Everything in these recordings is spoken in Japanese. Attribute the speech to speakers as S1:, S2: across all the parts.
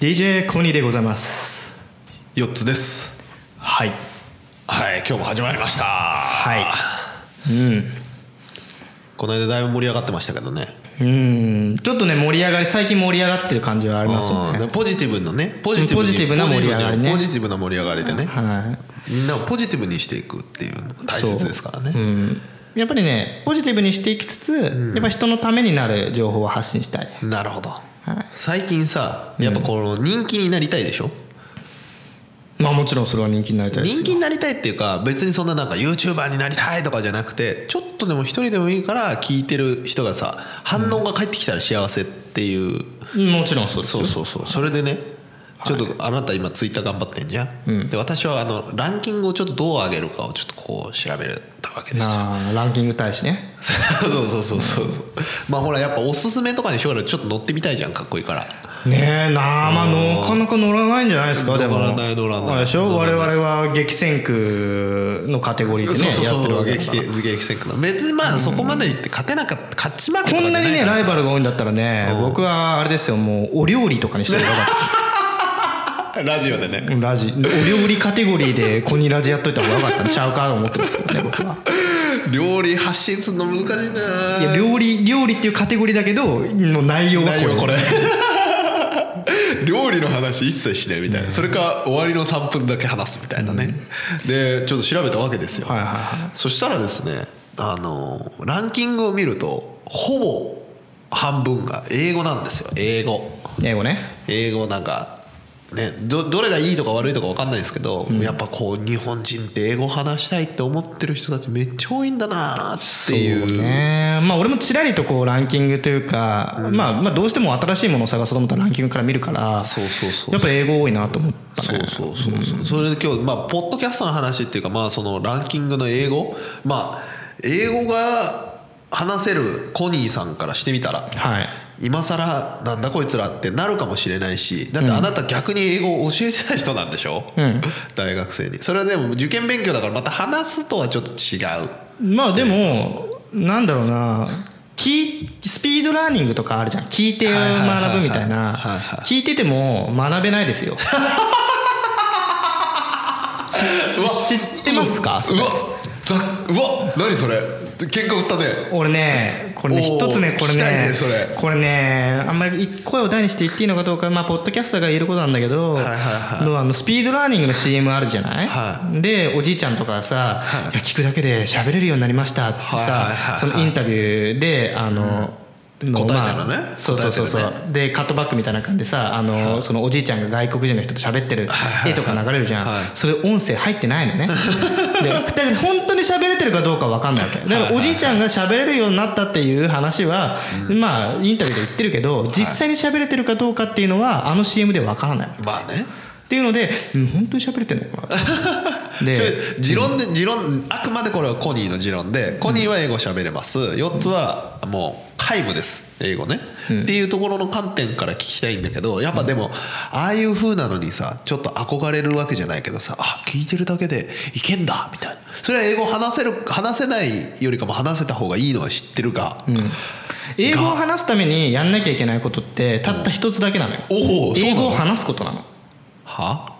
S1: DJ コニーでございます
S2: 4つです
S1: はい
S2: はい今日も始まりましたはい
S1: うん
S2: この間だいぶ盛り上がってましたけどね
S1: うんちょっとね盛り上がり最近盛り上がってる感じはありますよね
S2: うんポジティブのねポジティブに
S1: ポジティブな盛り上がりね
S2: ポジティブな盛り上がりでね
S1: は
S2: みんなをポジティブにしていくっていうのが大切ですからね
S1: い、うん、やっぱりねポジティブにしていきつつ、やっぱ人のためになる情報を発信したい
S2: なるほど
S1: はい
S2: 最近さやっぱこの人気になりたいでしょ、
S1: まあもちろんそれは人気になりたいです
S2: 人気になりたいっていうか別にそんななんか YouTuber になりたいとかじゃなくてちょっとでも一人でもいいから聞いてる人がさ反応が返ってきたら幸せっていう、
S1: うんもちろんそうです
S2: そ
S1: よ
S2: うそうそうそれでねちょっとあなた今ツイッター頑張ってんじゃん、で私はあのランキングをちょっとどう上げるかをちょっとこう調べたわけですよ
S1: なあランキング大使ね
S2: そうそうそうそうそうまあほらやっぱおすすめとかに将来ちょっと乗ってみたいじゃんかっこいいから
S1: ねえなあまあなかなか乗らないんじゃないですかでも
S2: 乗らない乗らない
S1: あれでしょ
S2: 乗
S1: 我
S2: らない
S1: 々は激戦区のカテゴリーで
S2: そう
S1: ね
S2: そう
S1: やってる
S2: そう
S1: わけだ
S2: 激
S1: か
S2: 戦激戦区の別にまあそこまでいって勝てなかった勝ち負け
S1: ら
S2: とか
S1: こ
S2: じ
S1: んな
S2: ゃ
S1: いにね
S2: から
S1: ライバルが多いんだったらね僕はあれですよもうお料理とかにしてる
S2: ラジオでね
S1: ラジお料理カテゴリーでコニラジやっといた方がよかったんちゃうかと思ってますけどね僕 は
S2: 料理発信するの難しいんだよ
S1: い
S2: な
S1: や料理料理っていうカテゴリーだけどの内容は
S2: 内
S1: これ
S2: 容これ 料理の話一切しないみたいなそれか終わりの3分だけ話すみたいなねでちょっと調べたわけですよ
S1: はいはいは
S2: そしたらですねあのランキングを見るとほぼ半分が英語なんですよ英語
S1: い英語ね
S2: 英語なんかねどどれがいいとか悪いとか分かんないですけど、やっぱこう日本人って英語話したいって思ってる人たちめっちゃ多いんだなっていう
S1: ねまあ俺もちらりとこうランキングというか、まあ、まあどうしても新しいものを探そうと思ったらランキングから見るから
S2: そうそうそう
S1: やっぱ英語多いなと思ったね
S2: そうそうそうそう、それで今日まあポッドキャストの話っていうかまあそのランキングの英語まあ英語が話せるコニーさんからしてみたら
S1: はい
S2: 今更なんだこいつらってなるかもしれないしだってあなた逆に英語を教えてた人なんでしょ、
S1: うん
S2: 大学生にそれはでも受験勉強だからまた話すとはちょっと違う
S1: まあでもなんだろうな聞いスピードラーニングとかあるじゃん聞いて学ぶみたいな
S2: はいはいはい
S1: 聞いてても学べないです よし知ってますかそうれ
S2: わざうわ何それ喧嘩売ったね
S1: 俺ねこれね
S2: おー
S1: 一つねこれ
S2: 聞きたい
S1: ね
S2: ねそれ
S1: これねあんまり声を大にして言っていいのかどうかまあポッドキャスターが言えることなんだけど
S2: はいはいはい
S1: どうあのスピードラーニングの CM あるじゃない、
S2: は
S1: でおじいちゃんとかさ、いや聞くだけで喋れるようになりましたっつってさ、
S2: はいはいはい
S1: そのインタビューであの、の
S2: 答えたのね
S1: まあそうそうそうそ
S2: 答え
S1: う
S2: た、
S1: でカットバックみたいな感じでさあの、そのおじいちゃんが外国人の人と喋ってる
S2: はいはいはい
S1: 絵とか流れるじゃん、
S2: はい
S1: それ音声入ってないの ねでだから本当に喋れてるかどうか分かんないわけだからおじいちゃんが喋れるようになったっていう話は、まあインタビューで言ってるけど実際に喋れてるかどうかっていうのはあの CM で分からない
S2: まあね
S1: っていうので、うん、本当に喋れてんの かな
S2: ちょ
S1: で
S2: 持論で持論あくまでこれはコニーの持論でコニーは英語喋れます4つはもう皆無です英語ね、っていうところの観点から聞きたいんだけどやっぱでも、ああいう風なのにさちょっと憧れるわけじゃないけどさあ聞いてるだけでいけんだみたいなそれは英語話せる話せないよりかも話せた方がいいのは知ってるが、
S1: 英語を話すためにやんなきゃいけないことってたった一つだけなのよ
S2: おおそう
S1: 英
S2: な
S1: 語を
S2: の
S1: 話すことなの
S2: は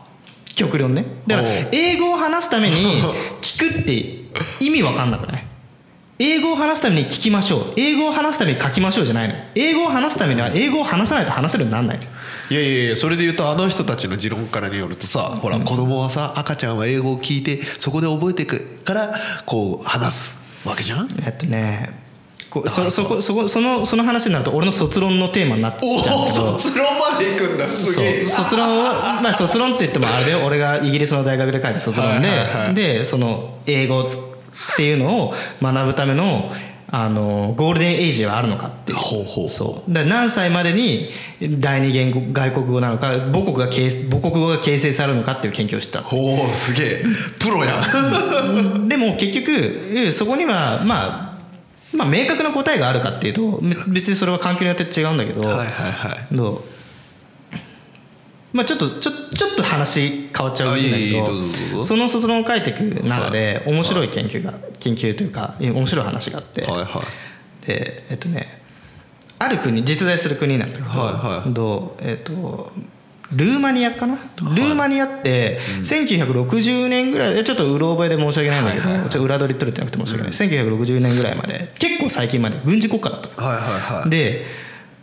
S1: 極論ねだから
S2: おう
S1: 英語を話すた めに聞くって意味わかんなくない英語を話すために聞きましょう英語を話すために書きましょうじゃないの英語を話すためには英語を話さないと話せるようにならないの
S2: いやいやいやそれで言うとあの人たちの持論からによるとさほら子供はさ赤ちゃんは英語を聞いてそこで覚えていくからこう話すわけじゃん
S1: えっとねこうそそこそこそのその話になると俺の卒論のテーマになっちゃ
S2: おお
S1: うんだけど
S2: 卒論まで行くんだすげえ
S1: そう卒論をまあ卒論って言ってもあれだよ俺がイギリスの大学で書いた卒論で、
S2: はいはいはい
S1: でその英語っていうのを学ぶためのあのゴールデンエイジはあるのかっていう
S2: ほうほう
S1: そうだから何歳までに第二言語外国語なのか母国が形母国語が形成されるのかっていう研究をしてた
S2: おおすげえプロやん
S1: でも結局うんそこにはまあまあ明確な答えがあるかっていうとめ別にそれは環境によって違うんだけど、
S2: はいはいはい
S1: どうまあちょっとちょちょっと話変わっちゃうんだ
S2: あいいいいどうぞ
S1: け
S2: どう
S1: ど
S2: ぞ
S1: その卒論を書いていく中で面白い研究が研究というかいや面白い話があって
S2: はいはい
S1: でえっとねある国実在する国なんだけど
S2: はいは
S1: どうえっとルーマニアかな、ルーマニアって1960年ぐらいでちょっとうろ覚えで申し訳ないんだけど、
S2: はいはいはい
S1: ちょっと裏取り取れてなくて申し訳ない、1960年ぐらいまで結構最近まで軍事国家だった
S2: はいはいはい
S1: で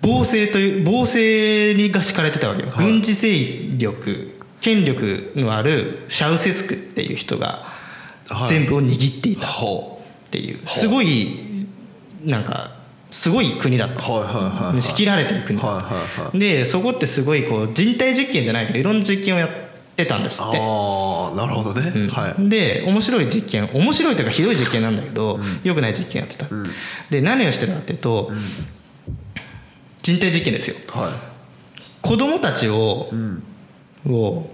S1: 暴政という暴政にが敷かれてたわけよ、軍事勢力権力のあるシャウセスクっていう人が
S2: はい
S1: 全部を握っていたっ
S2: ほ
S1: ていうすごいなんかすごい国だった
S2: うはいはいはいはい
S1: 仕切られてる国だった
S2: はいはいはい
S1: でそこってすごいこう人体実験じゃないけどいろんな実験をやってたんですって
S2: ああなるほどね、
S1: うん
S2: はい
S1: で面白い実験面白いというかひどい実験なんだけど、良くない実験やってた、
S2: ん
S1: で何をしてたかっていうと、人体実験ですよ
S2: は
S1: 子供たちを
S2: い、うん、
S1: を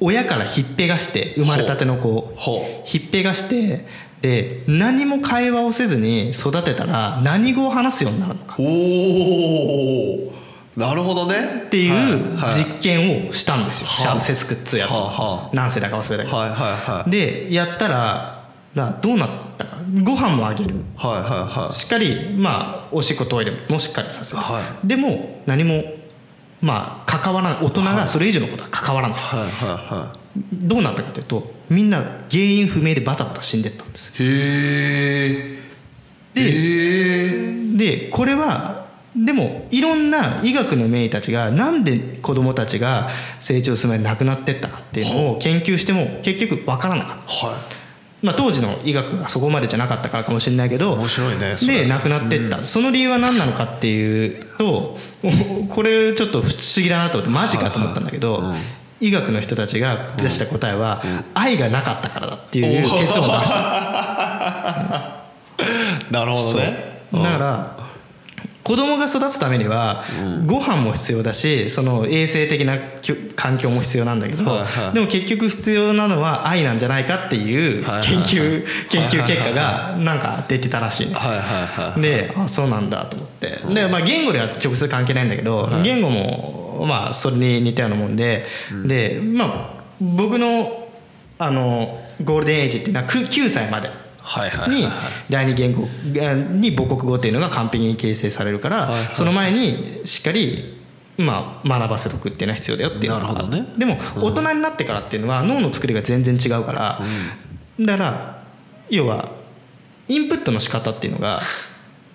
S1: 親からひっぺがして生まれたての子を
S2: ほ
S1: ひっぺがしてで何も会話をせずに育てたら何語を話すようになるのか
S2: うおおなるほどね
S1: っていう
S2: はいはい
S1: 実験をしたんですよ、
S2: はあ
S1: シャウセスクっつうやつ、
S2: はあはあ
S1: 何世だか忘れたけど、
S2: はいはいはい
S1: でやったらなどうなったかご飯もあげる
S2: はいはいは
S1: しっかりまあおしっこトイレもしっかりさせる、
S2: は
S1: でも何もまあ関わらない大人がそれ以上のことは関わらない、
S2: いはいはいは
S1: どうなったかというとみんな原因不明でバタバタ死んでったんです
S2: いへえ
S1: で
S2: へえ
S1: でこれはでもいろんな医学の名医たちがなんで子どもたちが成長する前に亡くなってったかっていうのを研究しても結局分からなかった、
S2: は
S1: まあ、当時の医学がそこまでじゃなかったからかもしれないけど
S2: い面白いねそれ
S1: で亡くなってった、その理由は何なのかっていうとおこれちょっと不思議だなと思ってマジかと思ったんだけど、
S2: はいはいうん
S1: 医学の人たちが出した答えは、愛がなかったからだっていう結論を出した
S2: なるほどね
S1: だから子供が育つためにはご飯も必要だしその衛生的なきょ環境も必要なんだけど
S2: はいはい
S1: でも結局必要なのは愛なんじゃないかっていう
S2: はいはい
S1: 研
S2: はい
S1: 究研究結果がなんか出てたらしいね
S2: はいはいはい
S1: であそうなんだと思ってで、まあ、言語では直接関係ないんだけど、言語も、まあ、それに似たようなもんで、で、まあ、僕のあのゴールデンエイジっていうのはく9歳まで
S2: はいはいはい
S1: に
S2: はい
S1: 第二言語がに母国語っていうのが完璧に形成されるから、
S2: はいはい
S1: その前にしっかり、まあ、学ばせとくっていうのは必要だよっていうのが
S2: なるほどね
S1: でも大人になってからっていうのは脳の作りが全然違うから、だから要はインプットの仕方っていうのが、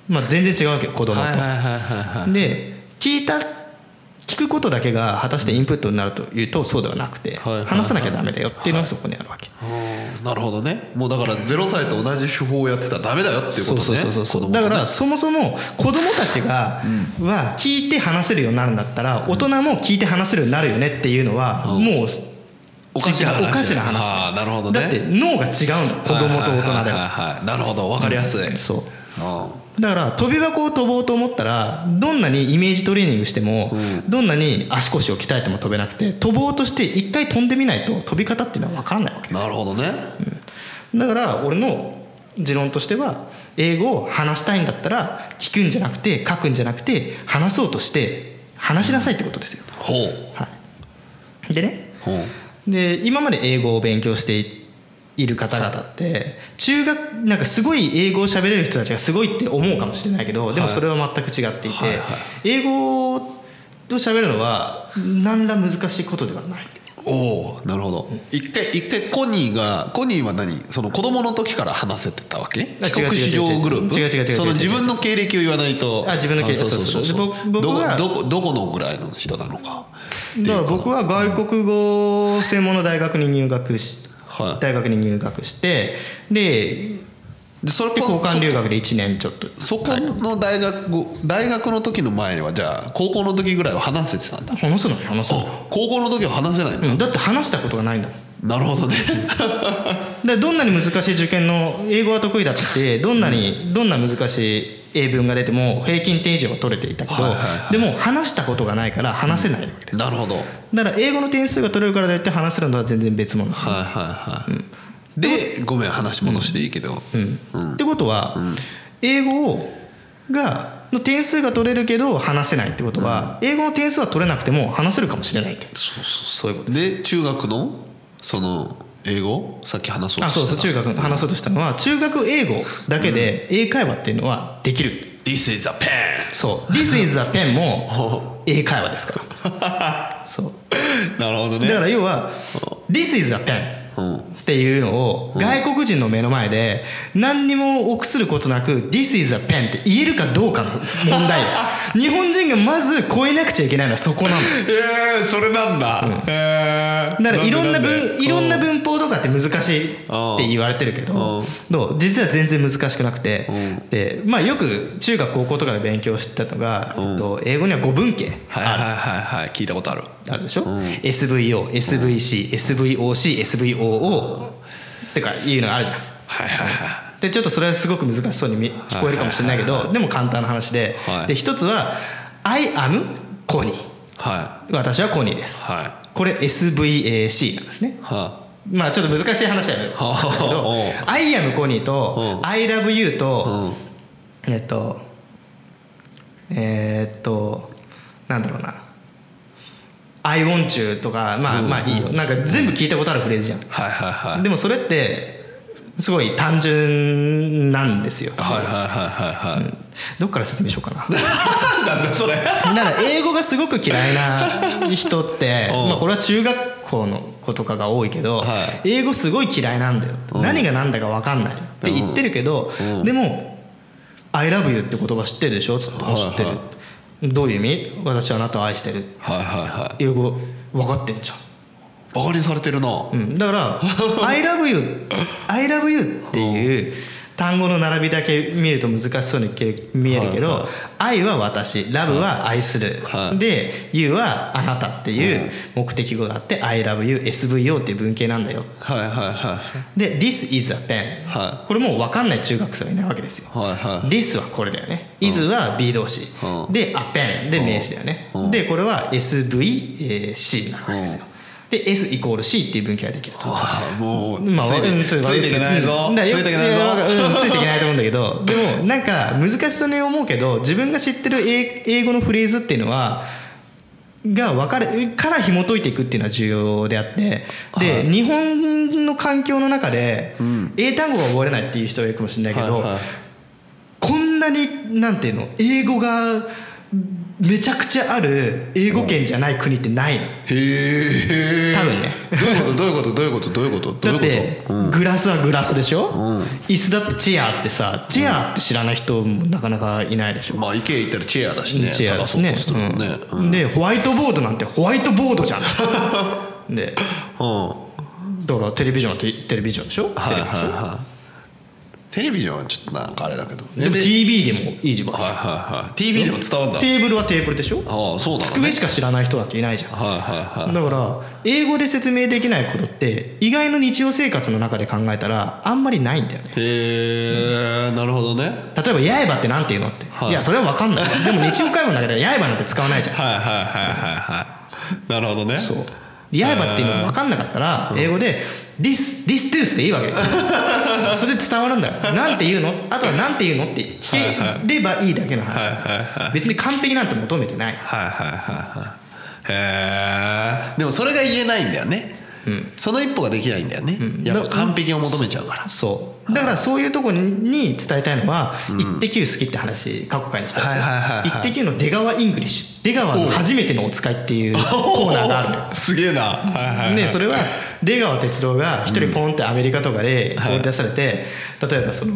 S1: まあ、全然違うわけよ子供と。
S2: はいはいはいはいはい
S1: で聞いた聞くことだけが果たしてインプットになるというとそうではなくて
S2: はいはいはい
S1: 話さなきゃダメだよっていうのがそこにあるわけ。
S2: あーなるほどねもうだから0歳と同じ手法をやってたらダメだよっていうこと
S1: そう
S2: ね
S1: そうそうそう
S2: 子供と
S1: だ
S2: ね
S1: からそもそも子供たちが、は聞いて話せるようになるんだったら大人も聞いて話せるようになるよねっていうのは、もう
S2: おかしな話
S1: 違うおかしな話
S2: あーなるほどね
S1: だって脳が違うんだ子供と大人
S2: はいはい
S1: で
S2: はい
S1: は
S2: はいはいなるほど分かりやすい、うん
S1: そう
S2: あ
S1: だから跳び箱を飛ぼうと思ったらどんなにイメージトレーニングしても、どんなに足腰を鍛えても飛べなくて飛ぼうとして一回飛んでみないと飛び方っていうのは分からないわけです
S2: なるほどね、
S1: だから俺の持論としては英語を話したいんだったら聞くんじゃなくて書くんじゃなくて話そうとして話しなさいってことですよ、
S2: ほ
S1: はい、でね
S2: うほう
S1: で今まで英語を勉強していいる方々って中学なんかすごい英語を喋れる人たちがすごいって思うかもしれないけどでも
S2: はい
S1: それは全く違っていて
S2: はいはい
S1: 英語を喋るのは何ら難しいことではない
S2: おおなるほど一回一回コニーがコニーは何その子供の時から話せてたわけ
S1: あ違う
S2: 帰国子女グループ
S1: 違う違う違う違う
S2: その自分の経歴を言わないと
S1: あ自分の経歴
S2: あそうそうそう
S1: そうそう僕僕は
S2: どこどこどこのぐらいの人なのか
S1: だから僕は外国語専門の大学に入学し、
S2: はい
S1: 大学に入学してで
S2: でそれ
S1: で交換留学で1年ちょっと
S2: そこの大学語大学の時の前はじゃあ高校の時ぐらいは話せてたんだ
S1: 話すのよ話すのよ
S2: 高校の時は話せないんだ
S1: うん、だって話したことがないんだもん
S2: なるほどね
S1: でどんなに難しい受験の英語は得意だったしどんなにどんな難しい英文が出ても平均点以上は取れていたけど、
S2: はいは
S1: でも話したことがないから話せないわけです、
S2: なるほどはい
S1: だから英語の点数が取れるからといって話せるのとは全然別物、
S2: はいはい、でごめん話戻していいけど、うん
S1: ってことは、英語をがの点数が取れるけど話せないってことは、英語の点数は取れなくても話せるかもしれないって
S2: そうそ
S1: そういうこと
S2: うで中学のその英語さっき話そう
S1: あ
S2: と
S1: そう
S2: し
S1: そ
S2: て
S1: う
S2: た
S1: 中学話そうとしたのは中学英語だけで英会話っていうのはできる、
S2: This is a pen
S1: そう「This is a pen」も英会話ですからそう
S2: なるほどね
S1: だから要は「This is a pen」
S2: うん
S1: っていうのを外国人の目の前で何にも臆することなく「This is a pen」って言えるかどうかの問 題よ日本人がまず超えなくちゃいけないのはそこなの
S2: えー、それなんだ、えー
S1: だからいろんな文いろんな、
S2: でで
S1: 文法とかって難しいって言われてるけ
S2: うん
S1: どどう実は全然難しくなくて
S2: ん
S1: でまあよく中学高校とかで勉強してたのが
S2: ん
S1: えっと英語には語文系
S2: うんはいはいはいはい聞いたことある
S1: あるでしょ SVOSVCSVOCSVOO ってかいうのがあるじゃん
S2: はいはいはい
S1: でちょっとそれはすごく難しそうに見聞こえるかもしれないけ
S2: はいはいはいは
S1: どでも簡単な話で
S2: はい
S1: で一つは「I am コニー
S2: は」
S1: 私はコニーで
S2: い
S1: す
S2: はい
S1: これ SVAC なんですね
S2: は
S1: まあちょっと難しい話やけど
S2: はあ おう
S1: 「I am コニー」と「
S2: う
S1: I love you」
S2: い
S1: と
S2: うん
S1: えっとえーっとなんだろうな「I want you」とかまあまあいいよなんか全部聞いたことあるフレーズじゃん
S2: はいはいはい
S1: でもそれってすごい単純なんですよ
S2: はいはいはいはいはい
S1: どっから説明しようかな
S2: なんだそれ
S1: だから英語がすごく嫌いな人って
S2: うん
S1: まあこれは中学校の子とかが多いけど、
S2: は
S1: 英語すごい嫌いなんだよ、何が何だか分かんないって言ってるけど、
S2: うん
S1: でも「I love you」って言葉知ってるでしょつって「
S2: はいはい
S1: 知ってる」どういう意味私はあなたを愛してる」
S2: はいはいは
S1: 英語分かってんじゃん
S2: いバカにされてるなは
S1: うん、だ から「I love you」I love you っていう単語の並びだけ見ると難しそうに見えるけ
S2: はいは
S1: ど「愛」は私「love」は愛する
S2: はい
S1: で「you」はあなたっていううん目的語があって「I love you」「SVO」っていう文系なんだよ
S2: いはいはい
S1: で「this is a pen
S2: は」
S1: これもう分かんない中学生はいないわけですよ
S2: はいはい
S1: This はこれだよね is は B 動詞
S2: うん
S1: で a pen で名詞だよね
S2: うん
S1: でこれは SVC なわけですよで S イコール C っていう文系ができると
S2: ああもうつ
S1: まあ、
S2: いて
S1: うん
S2: ついていけないぞ
S1: うん
S2: つ
S1: だよ
S2: いていけないぞ
S1: ややわかうんついていけないと思うんだけ どでもなんか難しそうに思うけど自分が知ってる英英語のフレーズっていうのはが分かれから紐解いていくっていうのは重要であってで、
S2: はい
S1: 日本の環境の中で英単語が覚えれないっていう人がいるかもしれないけど、
S2: はいはい
S1: こんなになんていうの英語がめちゃくちゃある英語圏じゃない国ってないの、
S2: へえ
S1: 多分ね
S2: どういうことどういうことどういうことどう
S1: だ
S2: いうこと
S1: っ
S2: どう
S1: て
S2: いうことうん
S1: グラスはグラスでしょ、
S2: ん
S1: 椅子だってチェアってさチェアって知らない人もなかなかいないでしょ、
S2: まあ池へ行ったらチェアだしね
S1: チェアですね
S2: 探そうとするとね
S1: うんでホワイトボードなんてホワイトボードじゃ んで
S2: うんうん
S1: だからテレビジョンはテテレビジョンでしょ、
S2: はい
S1: テ
S2: はい
S1: レビでしょ
S2: はいテレビジョンはちょっとなんかあれだけど
S1: でも
S2: で
S1: TV でもいい字ばっ
S2: はい
S1: か
S2: はいはい TV でも伝わるんだ
S1: りテーブルはテーブルでしょ
S2: ああそうなのね
S1: 机しか知らない人だっていないじゃん
S2: はいはいはい
S1: だから英語で説明できないことって意外の日常生活の中で考えたらあんまりないんだよね
S2: へえなるほどね
S1: 例えば「刃ってなんて言うの?」って、
S2: はい
S1: い、やそれは分かんないでも日常会話の中では刃なんて使わないじゃん
S2: はいはいはいはいはいなるほどね
S1: そう刃っていうのが分かんなかったら英語で「this this this」でいいわ けよそれで伝わるんだよなんて言うのあとは「なんて言うの?」って聞ければいいだけの話、
S2: はいはいはい
S1: 別に完璧なんて求めてない
S2: はいはいはいはいへえでもそれが言えないんだよね、その一歩ができないんだよね、やっぱ完璧を求めちゃうから、
S1: そうだからそういうとこに伝えたいのは「イッテ Q 好き」って話過去回にしたでしょ
S2: はいはいはいはい
S1: イッテ Q の出川イングリッシュ出川の初めてのお使い」っていうコーナーがあるのよ
S2: すげえなはいはいはい
S1: でそれは出川哲朗が一人ポンってアメリカとかで
S2: はい
S1: 追い出されて、例えばその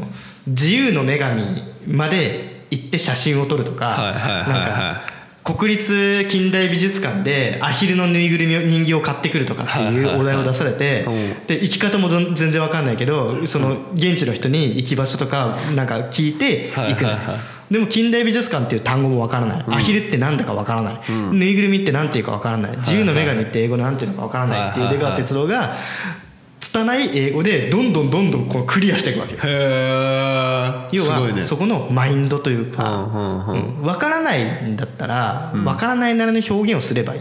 S1: 自由の女神まで行って写真を撮るとか、
S2: はいはいはいはい
S1: なんか。国立近代美術館でアヒルのぬいぐるみを人形を買ってくるとかってい
S2: はいはいは
S1: う
S2: い
S1: お題を出されて
S2: うん
S1: で行き方もどん全然わかんないけどその現地の人に行き場所とかなんか聞いて行くの
S2: はいはいはい
S1: でも近代美術館っていう単語もわからない、アヒルってなんだかわからない、ぬいぐるみってなんていうかわからない自由の女神って英語のなんていうのかわからないっていう
S2: はいはい
S1: 出
S2: はい
S1: 川哲朗が拙い英語でどんどんどんどんこうクリアしていくわけよ
S2: へえ
S1: 要
S2: すごい
S1: は
S2: ね
S1: そこのマインドという
S2: う
S1: か
S2: んうんうん
S1: うんわからないんだったらわからないなりの表現をすればいい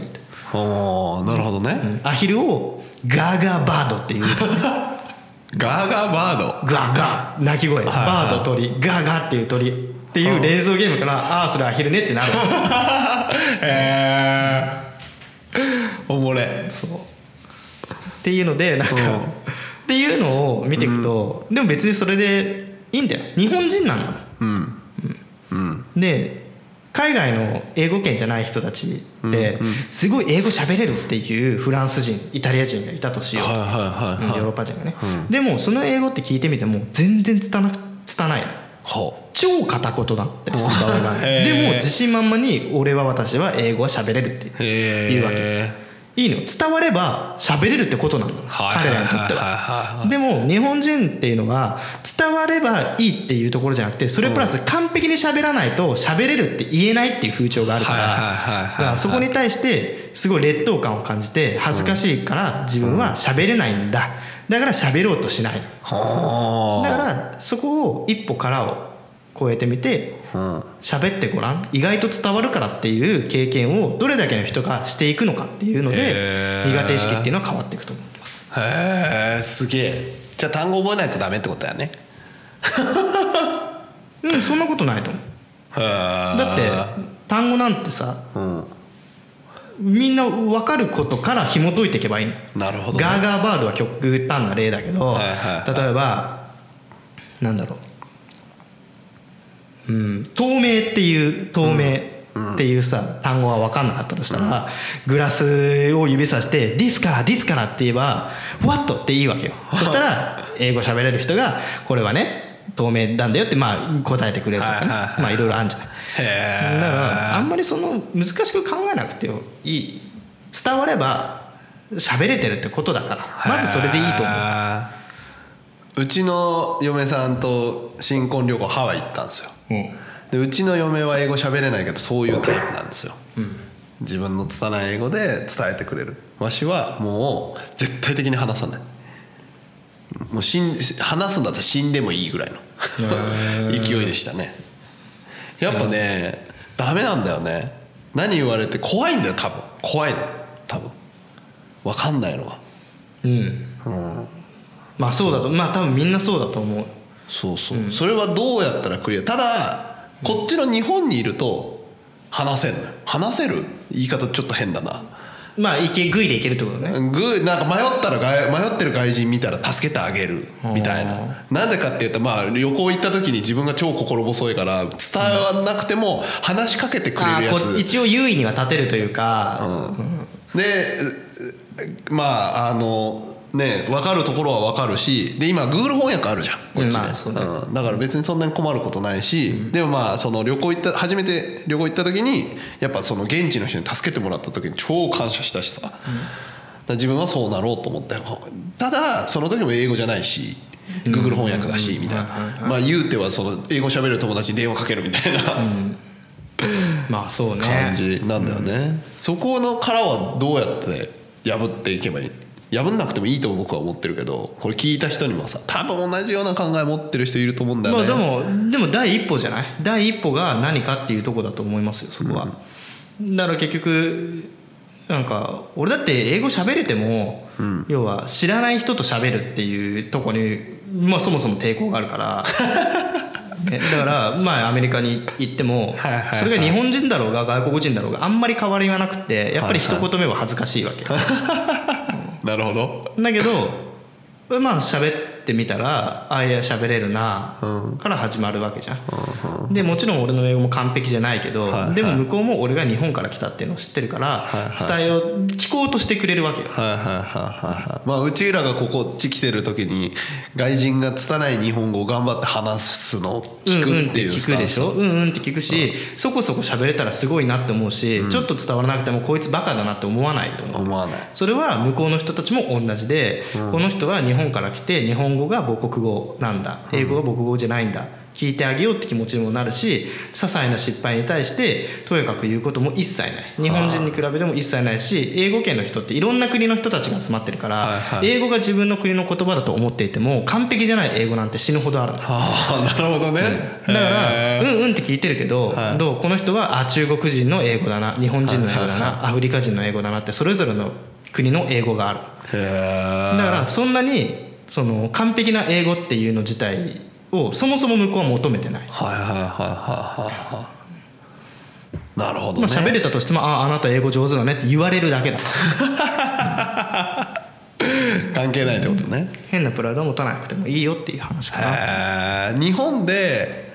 S1: と
S2: おーなるほどね、
S1: アヒルをガーガーバードっていう
S2: ガーガーバード
S1: ガーガー鳴き声
S2: いはい
S1: バード鳥ガーガーっていう鳥っていう連想ゲームからああーそれアヒルねってなる
S2: へえおもれ
S1: そうっていうのでなんか、
S2: うん
S1: っていうのを見ていくと、でも別にそれでいいんだよ日本人なんだも
S2: うんうん
S1: んで海外の英語圏じゃない人たちですごい英語喋れるっていうフランス人イタリア人がいたとしよ
S2: はいうは
S1: うんヨー
S2: いはいは
S1: ロ
S2: い
S1: ッパ人がねでもその英語って聞いてみても全然つたなくつたないの
S2: ほ
S1: 超片言だったりする場合がある
S2: へー
S1: でも自信満々に俺は私は英語は喋れるって
S2: うへえ
S1: 言うわけいいの伝われば喋れるってことなんだ
S2: はい
S1: 彼
S2: はい
S1: らにとっては
S2: は
S1: でも日本人っていうのは伝わればいいっていうところじゃなくてそれプラス完璧に喋らないと喋れるって言えないっていう風潮があるから
S2: はいはいはいはい
S1: だからそこに対してすごい劣等感を感じて恥ずかしいから自分は喋れないんだだから喋ろうとしない
S2: ほ
S1: だからそこを一歩殻を越えてみて
S2: ううん
S1: 喋ってごらん意外と伝わるからっていう経験をどれだけの人がしていくのかっていうので
S2: へー
S1: 苦手意識っていうのは変わっていくと思います
S2: へえすげえじゃあ単語覚えないとダメってことだよね
S1: うんそんなことないと思うだ
S2: だ
S1: って単語なんてさ
S2: う
S1: みんな分かることから紐解いていけばいいの、
S2: んなるほどね
S1: ガーガーバードは極端な例だけど、
S2: はいはいはい
S1: 例えばなんだろう、うん、透明っていう透明っていうさ、単語が分かんなかったとしたら、グラスを指さして「ディスからディスから」って言えば「What?」っていいわ けよそしたら英語喋れる人が「これはね透明なんだよ」ってまあ答えてくれるとかね、
S2: はいはいはい
S1: まあいろいろあるんじゃないだか
S2: へえ
S1: らあんまりその難しく考えなくていい伝われば喋れてるってことだからまずそれでいいと思う
S2: へーうちの嫁さんと新婚旅行ハワイ行ったんですよでうちの嫁は英語喋れないけどそういうタイプなんですよ、自分の拙い英語で伝えてくれるわしはもう絶対的に話さないもう死ん話すんだったら死んでもいいぐらいの勢いでしたねやっぱねダメなんだよね何言われて怖いんだよ多分怖いの多分分かんないのは
S1: うん、まあそうだとまあ多分みんなそうだと思う
S2: そうそう、それはどうやったらクリアただこっちの日本にいると話せんのよ話せる言い方ちょっと変だな
S1: まあいけグイでいけるってことね
S2: グーなんか迷ったら外迷ってる外人見たら助けてあげるみたいななんでかっていうとまあ旅行行った時に自分が超心細いから伝わなくても話しかけてくれ
S1: あ
S2: るや
S1: ーこ
S2: つ、
S1: 一応優位には立てるというか、
S2: でうまああのね分かるところは分かるしで今 Google 翻訳あるじゃんこっちで、
S1: うんまあそうね
S2: うんだから別にそんなに困ることないし、でもまあその旅行行った初めて旅行行った時にやっぱその現地の人に助けてもらった時に超感謝したしさ、だから自分はそうなろうと思ったよただその時も英語じゃないし Google 翻訳だしみたいなまあ言うてはその英語喋る友達に電話かけるみたいな、
S1: まあそうね
S2: 感じなんだよね、そこの殻はどうやって破っていけばいい破んなくてもいいと僕は思ってるけどこれ聞いた人にもさ多分同じような考え持ってる人いると思うんだよ
S1: まあ
S2: ね、
S1: でもでも第一歩じゃない第一歩が何かっていうとこだと思いますよそこは、だから結局なんか俺だって英語喋れても、要は知らない人と喋るっていうとこに、まあ、そもそも抵抗がある からね、だからまあアメリカに行っても
S2: はいはいはい
S1: それが日本人だろうが外国人だろうがあんまり変わりはなくてやっぱり一言目は恥ずかしいわけ
S2: なるほど
S1: だけどまあ喋ってみたらあいや喋れるなから始まるわけじゃん、でもちろん俺の英語も完璧じゃないけど、
S2: はい
S1: でも向こうも俺が日本から来たっていうのを知ってるから、伝えを聞こうとしてくれるわけよ
S2: はいはいはいはいはいまあうちらがここっち来てる時に外人が拙い日本語を頑張って話すのを聞くっていうス
S1: 聞
S2: タ
S1: く
S2: ン
S1: で
S2: ス
S1: しょうんうんって聞くし、そこそこ喋れたらすごいなって思うし、ちょっと伝わらなくてもこいつバカだなって思わないと思う
S2: 思わない
S1: それは向こうの人たちも同じで、この人は日本から来て日本語が母国語なんだ英語が母国語じゃないんだ、聞いてあげようって気持ちにもなるし些細な失敗に対してとやかく言うことも一切ない日本人に比べても一切ないし英語圏の人っていろんな国の人たちが集まってるから、
S2: はいはい
S1: 英語が自分の国の言葉だと思っていても完璧じゃない英語なんて死ぬほどあるの
S2: ああなるほどね、
S1: だか
S2: へ
S1: ら「
S2: ー
S1: うんうん」って聞いてるけど,、
S2: はい
S1: どうこの人はあ中国人の英語だな日本人の英語だな、アフリカ人の英語だなってそれぞれの国の英語がある。
S2: へー
S1: だからそんなにその完璧な英語っていうの自体をそもそも向こうは求めてない、
S2: はいはいはいはいはいはいなるほどね、
S1: まあ喋れたとしても「あああなた英語上手だね」って言われるだけだ
S2: 関係ないってことね、
S1: 変なプライドを持たなくてもいいよっていう話かな
S2: へー日本で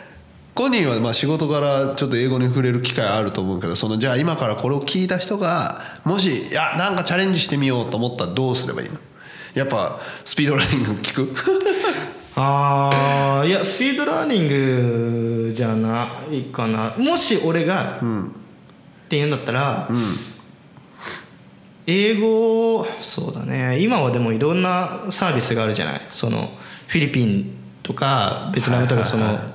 S2: コニーはまあ仕事からちょっと英語に触れる機会あると思うけどそのじゃあ今からこれを聞いた人がもしいやなんかチャレンジしてみようと思ったらどうすればいいのやっぱスピードラーニング聞く
S1: あーいやスピードラーニングじゃないかなもし俺が、っていうんだったら、英語そうだね今はでもいろんなサービスがあるじゃないそのフィリピンとかベトナムとかその、
S2: はいはいは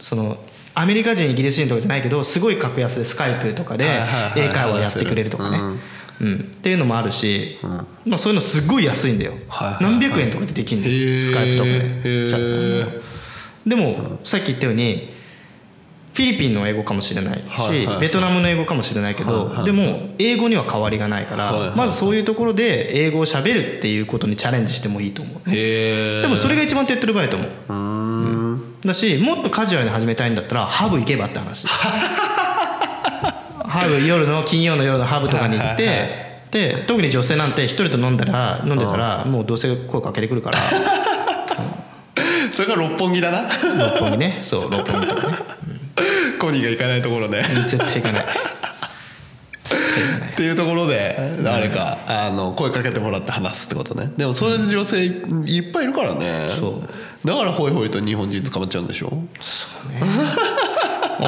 S1: そのアメリカ人イギリス人とかじゃないけどすごい格安でスカイプとかで
S2: はいはいはい
S1: 英会話やってくれるとかね、
S2: うん
S1: うん、っていうのもあるし、まあ、そういうのすごい安いんだよ、
S2: はいはいはい
S1: 何百円とかでできるんだ
S2: へ
S1: よ
S2: ー
S1: スカイプとか
S2: へー
S1: でチャットでもさっき言ったようにフィリピンの英語かもしれないし、
S2: はいはいはい
S1: ベトナムの英語かもしれないけど、
S2: はいはい
S1: でも英語には変わりがないから、
S2: はいはいはい
S1: まずそういうところで英語をしゃべるっていうことにチャレンジしてもいいと思う、
S2: へえ
S1: でもそれが一番手っ取り早いと思う
S2: うーん
S1: だしもっとカジュアルに始めたいんだったらハブ行けばって 話ハブ夜の金曜の夜のハブとかに行ってで特に女性なんて一人と飲んだら飲んでたらもうどうせ声かけてくるから
S2: それから六本木だな
S1: 六本木ねそう六本木と かね
S2: コニーが行かないところで
S1: 絶対行かない絶対行かない
S2: っていうところで誰かあの声かけてもらって話すってことねでもそういう女性いっぱいいるからね
S1: そ
S2: だからホイホイと日本人捕まっちゃうんでしょ
S1: そうね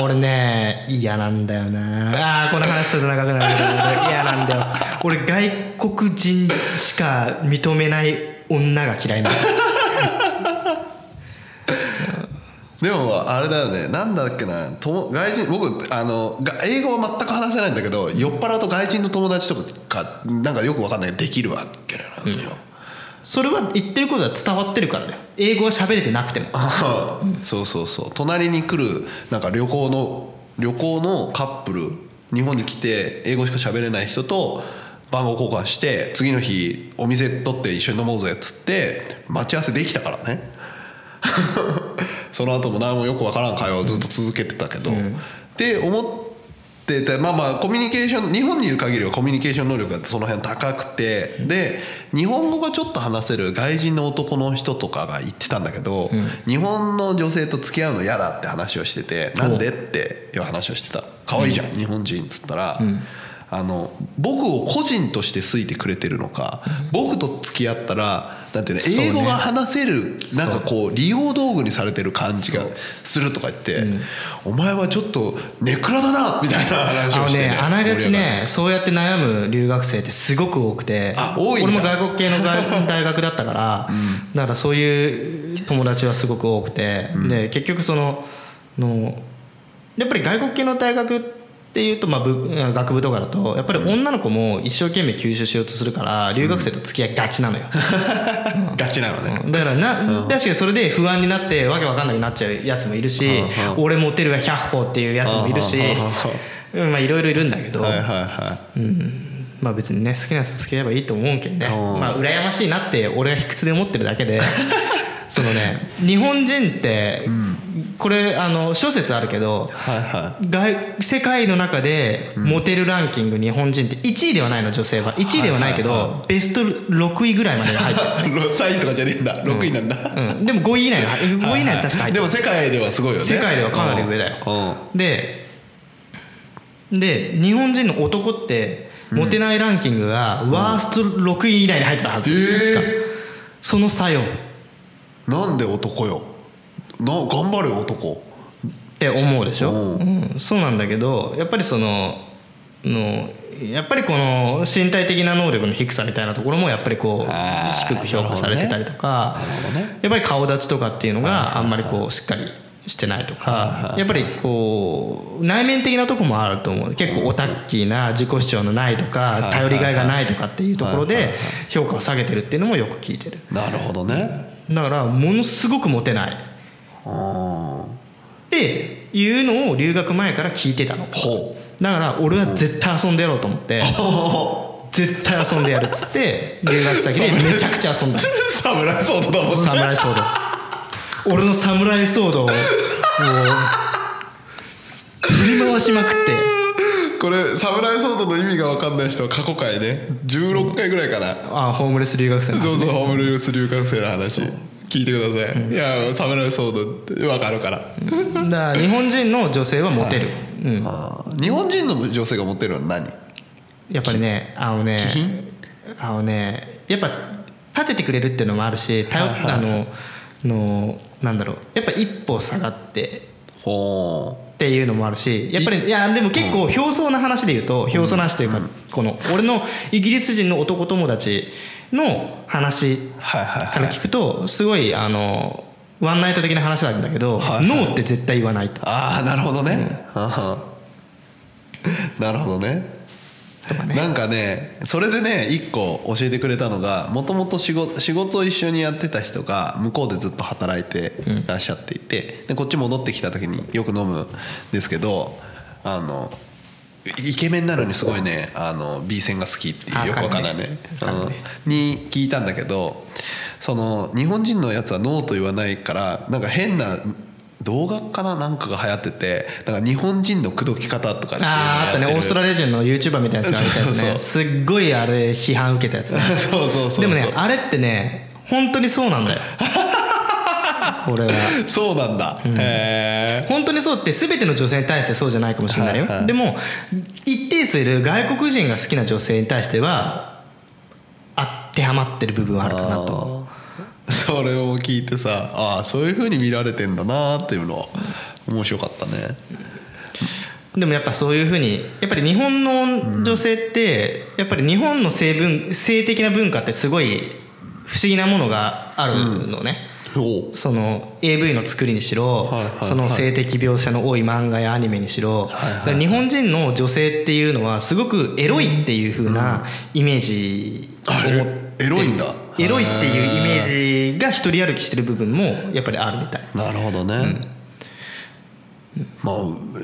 S1: 俺ね嫌なんだよなあーこの話すると長くなるけど俺嫌なんだよ俺外国人しか認めない女が嫌いなの
S2: でもあれだよねなんだっけなとも外人僕あのが英語は全く話せないんだけど酔っ払うと外人の友達とかがなんかよく分かんないけどできるわけなのよ、
S1: それは言ってることは伝わってるからだよ英語は喋れてなくても
S2: そうそうそう隣に来るなんか旅行の旅行のカップル日本に来て英語しか喋れない人と番号交換して次の日お店取って一緒に飲もうぜっつって待ち合わせできたからね その後も何もよくわからん会話をずっと続けてたけど、って思ってたまあまあコミュニケーション日本にいる限りはコミュニケーション能力がその辺高くてで日本語がちょっと話せる外人の男の人とかが言ってたんだけど、日本の女性と付き合うの嫌だって話をしててなんでっていう話をしてた可愛いじゃん、日本人っつったら。あの僕を個人として好いてくれてるのか僕と付き合ったらなんていうの
S1: そうね
S2: 英語が話せるなんかこう利用道具にされてる感じがするとか言って、お前はちょっとネクラだなみたいな話
S1: あ
S2: を
S1: の
S2: して、
S1: ねあながちねそうやって悩む留学生ってすごく多くて
S2: あ多いんだ
S1: 俺も外国系の外大学だったから、だからそういう友達はすごく多くて、で結局そののやっぱり外国系の大学っていうと、まあ、部学部とかだとやっぱり女の子も一生懸命吸収しようとするから留学生と付き合いがちなのよ、
S2: 盛り上がるガチなのね、
S1: だからな、確かにそれで不安になってわけわかんなくなっちゃうやつもいるし、
S2: うん
S1: 俺モテるは100歩っていうやつもいるし、
S2: うん
S1: うんまあいろいろいるんだけど、
S2: はいはいはい
S1: まあ別にね好きな人と付き合えばいいと思うけどね、
S2: うん
S1: まあ羨ましいなって俺が卑屈で思ってるだ けでそのね日本人って、これあの諸説あるけど
S2: はいは
S1: 外世界の中でモテるランキング日本人って1位ではないの女性は1位ではないけど、
S2: はい
S1: ベスト6位ぐらいまでが入 ってる
S2: い3位とかじゃねえんだ6位なんだ、
S1: うん、でも5位以内は5位以内は確か入って
S2: で
S1: る
S2: も世界ではすごいよね
S1: 世界ではかなり上だよ
S2: よ
S1: でで日本人の男ってモテないランキングがワースト6位以内に入ってたはず、
S2: え
S1: 確かその差よ
S2: ー、なんで男よな頑張れよ男
S1: って思うでしょ、
S2: う
S1: うん、そうなんだけどやっぱりそののやっぱりこの身体的な能力の低さみたいなところもやっぱりこう
S2: あー
S1: 低く評価されてたりとか、
S2: なるほどね
S1: やっぱり顔立ちとかっていうのがあんまりこうしっかりしてないとかやっぱりこう内面的なとこもあると思う結構オタッキーな自己主張のないとか
S2: はい
S1: 頼りがいがないとかっていうところで評価を下げてるっていうのもよく聞いてる
S2: なるほどね
S1: だからものすごくモテないっ
S2: うんほ
S1: ていうのを留学前から聞いてたの
S2: う
S1: だから俺は絶対遊んでやろうと思って絶対遊んでやるっつって留学先でめちゃくちゃ遊んだ
S2: 侍ソードだもんね
S1: サムライソード俺のサムライソードをもう振り回しまくって
S2: これ侍ソードの意味が分かんない人は過去回ね16回ぐらいかな、
S1: あホームレス留学生の
S2: そう
S1: 話
S2: そうホームルース留学生の話聞聞いてください、いやサムライソードわかるから、
S1: だから日本人の女性はモテる、うん、
S2: あー日本人の女性がモテるのは何
S1: やっぱりねあのね
S2: 気品
S1: あのねやっぱ立ててくれるっていうのもあるし頼
S2: はいはい
S1: あののなんだろうやっぱ一歩下がって
S2: ほ
S1: っていうのもあるしやっぱりいやでも結構表層な話で言うと表層な話というか、この俺のイギリス人の男友達の話
S2: うはいは
S1: か
S2: い
S1: ら
S2: はい
S1: 聞くとすごいあのワンナイト的な話なんだけど、
S2: はいはい
S1: ノーって絶対言わないと
S2: ああなるほどね、ははなるほどね
S1: とかね
S2: なんかねそれでね一個教えてくれたのがもともと仕事仕事を一緒にやってた人が向こうでずっと働いてらっしゃっていて、でこっち戻ってきた時によく飲むんですけどあのイケメンなのにすごいねあの B 線が好きってい
S1: あ
S2: うよくわかんないね
S1: 彼ね彼ね
S2: うんに聞いたんだけどその日本人のやつはノーと言わないからなんか変な動画かななんかが流行っててなんか日本人の口説き方とかっていうのを
S1: あーあ
S2: や
S1: っ
S2: って
S1: た
S2: る
S1: ねオーストラリア人の YouTuber みたいなやつがあったやつ
S2: そうそうそ
S1: ね
S2: う
S1: すっごいあれ批判受けたやつね
S2: そうそうそうそう
S1: でもねあれってね本当にそうなん だよこれは
S2: そうなんだ、へえ
S1: 本当にそうって全ての女性に対してそうじゃないかもしれないよ、
S2: はいはい
S1: でも一定数いる外国人が好きな女性に対しては当てはまってる部分はあるかなと
S2: それを聞いてさああそういうふうに見られてんだなっていうのは面白かったね
S1: でもやっぱそういうふうにやっぱり日本の女性ってやっぱり日本の性文性的な文化ってすごい不思議なものがあるのね、
S2: お
S1: その AV の作りにしろ、
S2: はいはいはい
S1: その性的描写の多い漫画やアニメにしろ、
S2: はいはい
S1: だから日本人の女性っていうのはすごくエロいっていう風なイメージを持
S2: あ
S1: っ
S2: エロいんだ
S1: エロいっていうイメ
S2: ジ
S1: ージが一人歩きしてる部分もやっぱりあるみたい
S2: なるほどね、まあ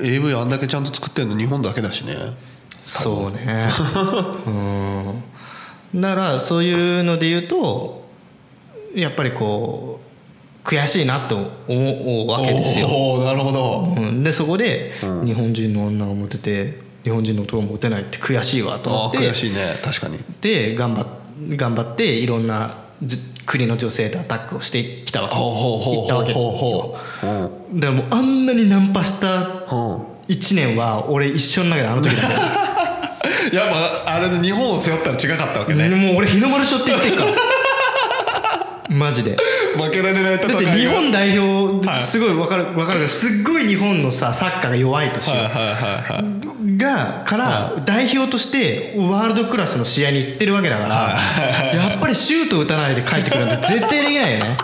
S2: AV あんだけちゃんと作ってんの日本だけだしね
S1: そうねうんだからそういうので言うとやっぱりこう悔しいなと思うわけですよ
S2: おおなるほど、
S1: うん、でそこで日本人の女がモテて日本人の男がモテないって悔しいわと思
S2: ああ
S1: って
S2: 悔しいね確かに
S1: で頑張っ頑張っていろんなじ国の女性とアタックをしてきたわけ
S2: ほうほうほ
S1: 行
S2: う
S1: った
S2: ほ
S1: わ
S2: う
S1: け
S2: ほうほう
S1: でもあんなにナンパした
S2: うんうん
S1: 1年は俺一緒の中であの時だ け
S2: やっぱあれで日本を背負ったら違かったわけね、
S1: もう俺日の丸しょって言ってるから マジで
S2: 負けられない戦い
S1: だ
S2: が
S1: って日本代
S2: は
S1: 表
S2: い
S1: すごい分かる分かるけどすっごい日本のさサッカーが弱い年
S2: はいはいはいはい
S1: がから代表としてワールドクラスの試合に行ってるわけだからやっぱりシュート打たないで帰ってくる なんて絶対できないよね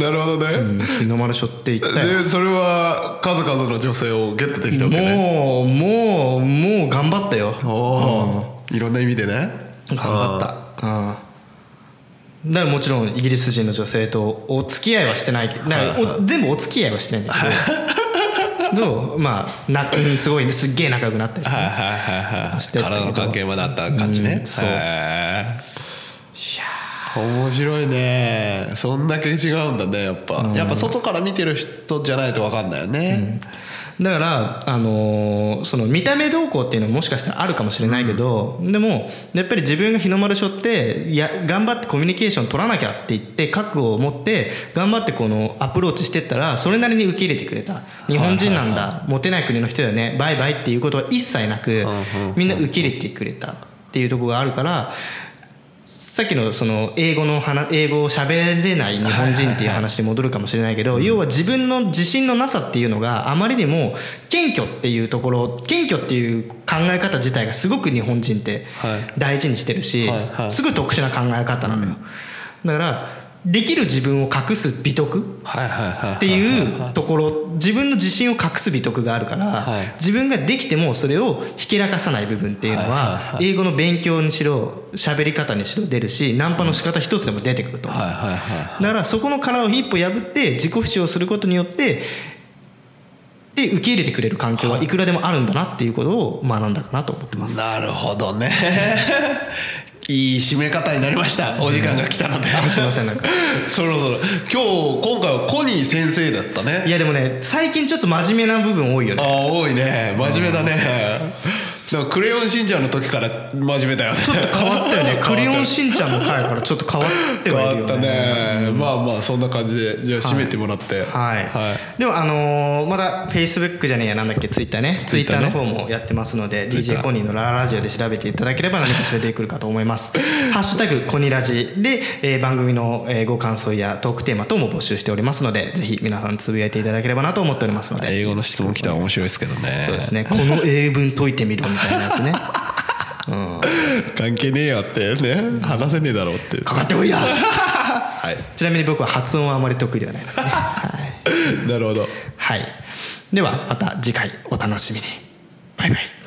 S2: なるほどね、
S1: 日の丸しょって言ったよ
S2: でそれは数々の女性をゲットできたわけね
S1: もうもうもう頑張ったよ
S2: おお、いろんな意味でね
S1: 頑張ったうんだからもちろんイギリス人の女性とお付き合いはしてないけどなんかお
S2: はいはい
S1: 全部お付き合いはしてないんだ けどどうまあなうんすごいすっげえ仲良くなったりとか
S2: はいはいはいは
S1: 知って
S2: い
S1: るってこと
S2: 体の関係まであった感じね、
S1: うんそう
S2: へえ面白いねそんだけ違うんだねやっぱ、やっぱ外から見てる人じゃないと分かんないよね、
S1: だから、あのーその見た目動向っていうのももしかしたらあるかもしれないけど、でもやっぱり自分が日の丸しょっていや頑張ってコミュニケーション取らなきゃって言って覚悟を持って頑張ってこのアプローチしてったらそれなりに受け入れてくれた日本人なんだ、モテない国の人だよねバイバイっていうことは一切なく、みんな受け入れてくれたっていうところがあるから。さっきのその英語の話英語を喋れない日本人っていう話に戻るかもしれないけど要は自分の自信のなさっていうのがあまりにも謙虚っていうところ謙虚っていう考え方自体がすごく日本人って
S2: はい
S1: 大事にしてるし
S2: はいはい
S1: すごい特殊な考え方なのよだからできる自分を隠す美徳
S2: はいはいはい
S1: っていうところ自分の自信を隠す美徳があるから、
S2: はい
S1: 自分ができてもそれをひけらかさない部分っていうのは,、
S2: はいはいはい
S1: 英語の勉強にしろ喋り方にしろ出るしナンパの仕方一つでも出てくると思う、
S2: はいはいは
S1: だからそこの殻を一歩破って自己主張することによってで受け入れてくれる環境はいくらでもあるんだなっていうことを学んだかなと思ってます。
S2: いなるほどね いい締め方になりましたお時間が来た ので、
S1: あ すいませんなんか
S2: そろそろ今日今回はコニー先生だったね
S1: いやでもね最近ちょっと真面目な部分多いよね
S2: ああ多いね真面目だねからクレヨンしんちゃんの時から真面目だよね
S1: ちょっと変わったよ ね「クレヨン
S2: しん
S1: しんちゃん」の回からちょっと変わって
S2: 変
S1: はいる
S2: わ
S1: よ
S2: っ
S1: ね
S2: たね、まあまあそんな感じでじゃあ締めてもらっ
S1: は
S2: て
S1: い、
S2: はい
S1: でもあのーまだフェイスブックじゃねえやなんだっけツイッターねツイッタ
S2: Twitter
S1: ー
S2: ね
S1: の方もやってますので
S2: Twitter
S1: DJ コニーのラララジオで調べていただければ何かしら出てくるかと思い ます「ハッシュタグコニラジで」えー番組の、えーご感想やトークテーマ等も募集しておりますのでぜひ皆さんつぶやいていただければなと思っておりますので、
S2: 英語の質問来たら面白いですけどね
S1: そうですねこの英文解いてみろみたいなや つね
S2: 関係ねえよってね話せねえだろうっていう
S1: かかってこいや
S2: はい
S1: ちなみに僕は発音はあまり得意ではないのでね、はい
S2: なるほど
S1: はい、ではまた次回お楽しみにバイバイ